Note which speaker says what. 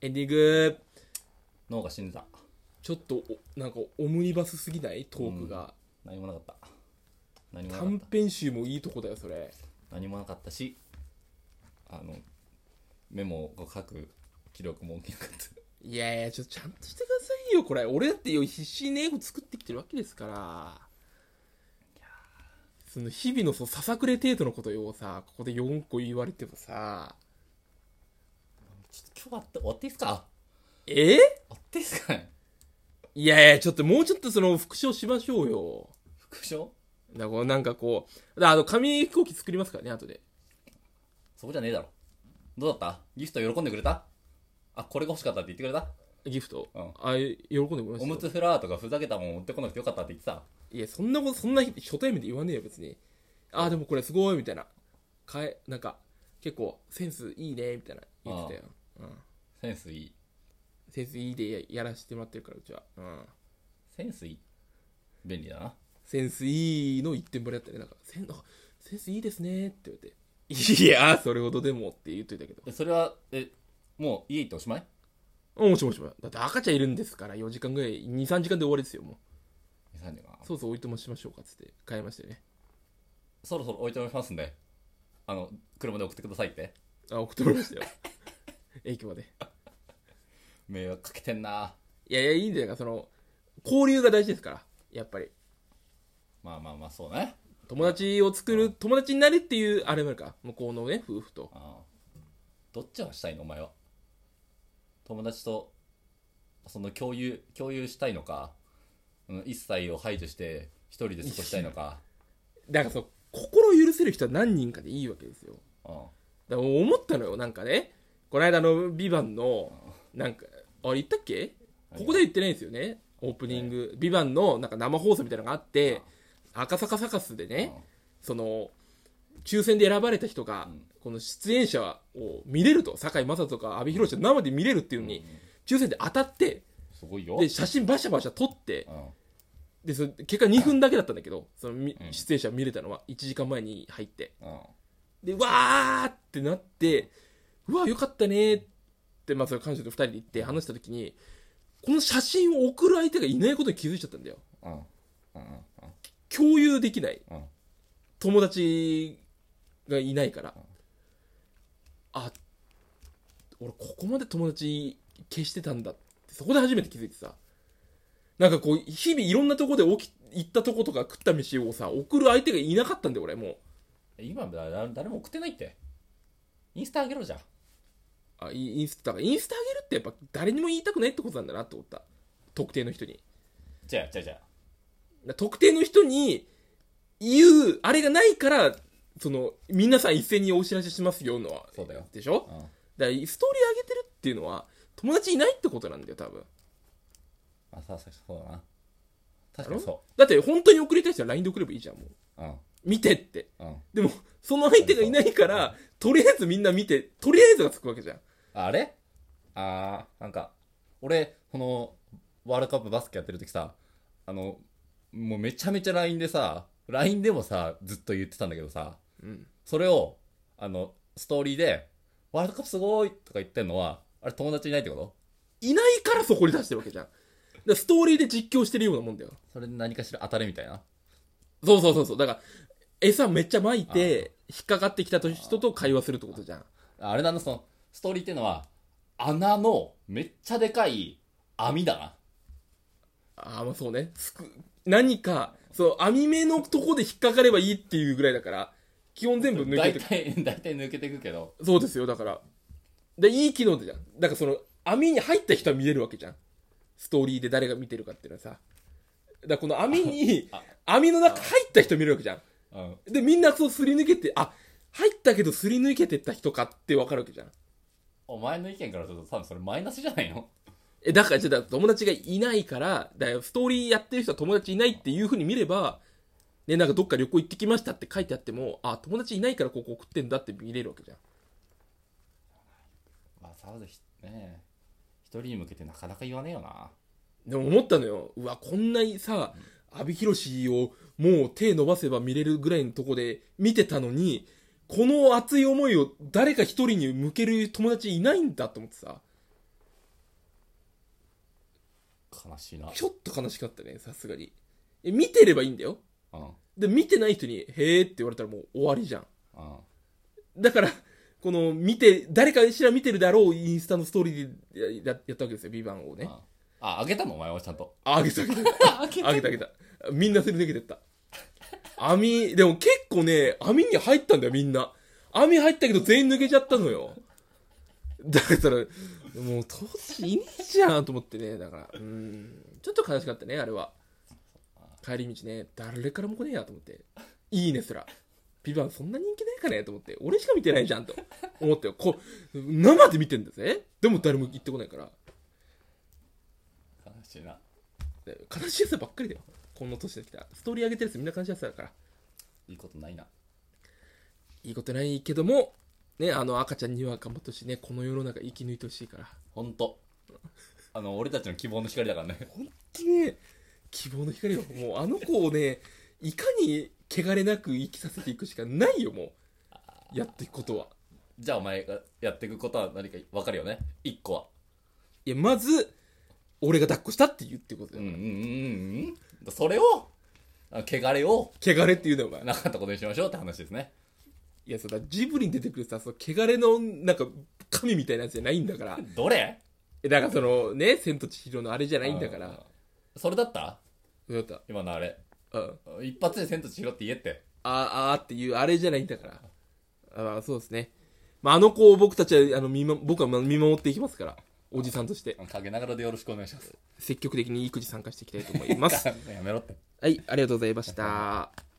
Speaker 1: エンディング
Speaker 2: 脳が死んでた
Speaker 1: ちょっとおなんかオムニバスすぎないトークが、
Speaker 2: 何もなかった何もなかっ
Speaker 1: 短
Speaker 2: た
Speaker 1: 編集もいいとこだよそれ
Speaker 2: 何もなかったしあのメモを書く記録も大きなかった
Speaker 1: いやいやちょっとちゃんとしてくださいよこれ俺だってよ必死に英語作ってきてるわけですからその日々のそうささくれ程度のことをさここで4個言われてもさ
Speaker 2: ちょっと今日は終わっていいっすか
Speaker 1: え
Speaker 2: 終わっていいっすかね
Speaker 1: いやいやちょっともうちょっとその復唱しましょうよ
Speaker 2: 副賞
Speaker 1: だからこうなんかこうだからあの紙飛行機作りますからね後で
Speaker 2: そこじゃねえだろどうだったギフト喜んでくれたあこれが欲しかったって言ってくれた
Speaker 1: ギフト、
Speaker 2: うん
Speaker 1: あ喜んでもらいました
Speaker 2: おむつフラワーとかふざけたもん持ってこなくてよかったって言ってた
Speaker 1: いや、そんなこと、そんな初対面で言わねえよ、別に。ああ、でもこれすごい、みたいな。かえ、なんか、結構、センスいいね、みたいな言ってたよ。うん。
Speaker 2: センスいい
Speaker 1: センスいいでややらせてもらってるから、うちは。うん。
Speaker 2: センスいい便利だな
Speaker 1: センスいいの一点張りだったね。なんか、センあセンスいいですね、って言われて。い や、それほどでもって言っといたけど。
Speaker 2: えそれはえもう家行っておしまい
Speaker 1: うんもちろんもちろん。だって赤ちゃんいるんですから、4時間ぐらい、2、3時間で終わりですよ、も
Speaker 2: 23時かな
Speaker 1: う。そうそう、おいとましましょうか、つって。変えましたよね。
Speaker 2: そろそろ置いておきますんであの車で送ってくださいって
Speaker 1: あ、送ってもらいましたよ。駅まで。
Speaker 2: 迷惑かけてんない
Speaker 1: やいや、いいんじゃないか、その、交流が大事ですから、やっぱり。
Speaker 2: まあまあまあそうね
Speaker 1: 友達を作る、友達になるっていう、あれもあるか、向こうのね、夫婦と。
Speaker 2: ああどっちがしたいのお前は友達とその共有共有したいのか、うん、一切を排除して一人で過ごしたいのか、
Speaker 1: だからそう、心を許せる人は何人かでいいわけですよ。
Speaker 2: うん、
Speaker 1: だから思ったのよ、なんかね、この間の、ビバンの、なんか、あれ言ったっけここで言ってないんですよね、オープニング。ビバンの、なんか生放送みたいなのがあって、赤坂サカスでね、その、抽選で選ばれた人が、
Speaker 2: ん
Speaker 1: この出演者を見れると、堺雅人とか阿部寛ちゃん生で見れるっていうのに、抽選で当たって、
Speaker 2: すごいよ
Speaker 1: で、写真バシャバシャ撮って
Speaker 2: う、ん
Speaker 1: でその結果2分だけだったんだけどそのみ
Speaker 2: うん
Speaker 1: 出演者見れたのは1時間前に入って
Speaker 2: うん
Speaker 1: でわーってなってうわよかったねーって、まあ、それ彼女と2人で行って話した時にこの写真を送る相手がいないことに気づいちゃったんだよ
Speaker 2: うんうんうん
Speaker 1: 共有できない
Speaker 2: うん
Speaker 1: 友達がいないからあ俺ここまで友達消してたんだってそこで初めて気づいてさなんかこう日々いろんなとこで起き行ったとことか食った飯をさ送る相手がいなかったんだよ俺もう
Speaker 2: え今だだ誰も送ってないってインスタあげろじゃん
Speaker 1: あインインスタだからインスタ上げるってやっぱ誰にも言いたくないってことなんだなって思った特定の人にだか
Speaker 2: じゃあじゃあじゃあ
Speaker 1: ら特定の人に言うあれがないからその皆さん一斉にお知らせしますよのは
Speaker 2: そうだよ
Speaker 1: でしょ
Speaker 2: う
Speaker 1: だか
Speaker 2: ん
Speaker 1: らストーリー上げてるっていうのは友達いないってことなんだよ多分
Speaker 2: まあ、確かにそうだな確かにそ
Speaker 1: だって本当に送りたい人は LINE で送ればいいじゃんもう
Speaker 2: ううん
Speaker 1: 見てって
Speaker 2: うん
Speaker 1: でもその相手がいないからとりあえずみんな見てとりあえずがつくわけじゃん
Speaker 2: あれあー、なんか、俺、この、ワールドカップバスケやってる時さ、あの、もうめちゃめちゃ LINE でさ、LINE でもさ、ずっと言ってたんだけどさ、
Speaker 1: うん
Speaker 2: それを、あの、ストーリーで、ワールドカップすごいとか言ってんのは、あれ友達いないってこと
Speaker 1: いないからそこに出してるわけじゃんだからストーリーで実況してるようなもんだよ
Speaker 2: それで何かしら当たれみたいな。
Speaker 1: そうそうそうそう。だから、餌めっちゃ撒いて、引っかかってきたと人と会話するってことじゃん。
Speaker 2: あれなんだ、その、ストーリーっていうのは、穴のめっちゃでかい網だな。
Speaker 1: ああ、まあそうね。すく、何か、そう、網目のとこで引っかかればいいっていうぐらいだから、基本全部抜け
Speaker 2: 大
Speaker 1: てく。
Speaker 2: 体、大体抜けていくけど、
Speaker 1: そうですよ、だから。で、いい機能でじゃん。だからその、網に入った人は見れるわけじゃん。ストーリーで誰が見てるかっていうのはさ。だからこの網に、網の中入った人見れるわけじゃん。
Speaker 2: うん、
Speaker 1: で、みんなそうすり抜けて、あ、入ったけどすり抜けてった人かってわかるわけじゃん。
Speaker 2: お前の意見からすると多分それマイナスじゃないの
Speaker 1: え、だから、じゃあ友達がいないから、だよ、ストーリーやってる人は友達いないっていう風に見れば、ね、なんかどっか旅行行ってきましたって書いてあっても、あ、友達いないからここ送ってんだって見れるわけじゃん。
Speaker 2: まあ、沢崎ね一人に向けてなかなか言わねえよな。
Speaker 1: でも思ったのよ。うわ、こんなにさ、阿部寛をもう手伸ばせば見れるぐらいのとこで見てたのに、この熱い思いを誰か一人に向ける友達いないんだと思ってさ。
Speaker 2: 悲しいな。
Speaker 1: ちょっと悲しかったねさすがにえ見てればいいんだよ
Speaker 2: うん。うん。
Speaker 1: で見てない人に「へえ」って言われたらもう終わりじゃんだからこの見て誰かしら見てるだろうインスタのストーリーでやややったわけですよ「ビバンをね
Speaker 2: ああ、あげたのお前はちゃんと。
Speaker 1: ああげたあげた
Speaker 2: あ げ
Speaker 1: あげたあげた。みんなすり抜けてった。網、でも結構ね、網に入ったんだよ、みんな。網入ったけど全員抜けちゃったのよ。だから、もう、当時いねえじゃんと思ってね、だから。うん。ちょっと悲しかったね、あれは。帰り道ね、誰からも来ねえやと思って。いいねすら。ビバンそんな人気ないかねと思って。俺しか見てないじゃんと思ってよ。こう、生で見てんだぜ。でも誰も行ってこないから。
Speaker 2: 悲しいな。
Speaker 1: で悲しいやつばっかりだよ。この年できた。ストーリー上げてるやつみんな悲しいやつだから。
Speaker 2: いいことないな。
Speaker 1: いいことないけども、ね、あの赤ちゃんには頑張ってほしいね。この世の中生き抜いてほしいから。
Speaker 2: ほんと。あの、俺たちの希望の光だからね。
Speaker 1: 本当にね、希望の光よ。もうあの子をね、いかに汚れなく生きさせていくしかないよ、もう。やっていくことは。
Speaker 2: じゃあお前がやっていくことは何か分かるよね。一個は。
Speaker 1: いや、まず、俺が抱っこしたって言うってこと
Speaker 2: う
Speaker 1: だ
Speaker 2: ん
Speaker 1: よ。
Speaker 2: うんうんうん。それを、あ汚れを、
Speaker 1: 汚れって言うなよ、お前。
Speaker 2: なかったことにしましょうって話ですね。
Speaker 1: いや、そうだ、ジブリに出てくるさ、その汚れの、なんか、神みたいなやつじゃないんだから。
Speaker 2: どれ
Speaker 1: え、だからその、ね、千と千尋のあれじゃないんだから。
Speaker 2: あー。それだった
Speaker 1: そうだっ
Speaker 2: 今のあれ。
Speaker 1: た。うん。
Speaker 2: 一発で千と千尋って言えって。
Speaker 1: あーあーっていうあれじゃないんだからあーそうですね、まあ、あの子を僕たちはあの見、ま、僕は見守っていきますからおじさんとして
Speaker 2: 陰ながらでよろしくお願いします。
Speaker 1: 積極的に育児参加していきたいと思います
Speaker 2: やめろって。
Speaker 1: はいありがとうございました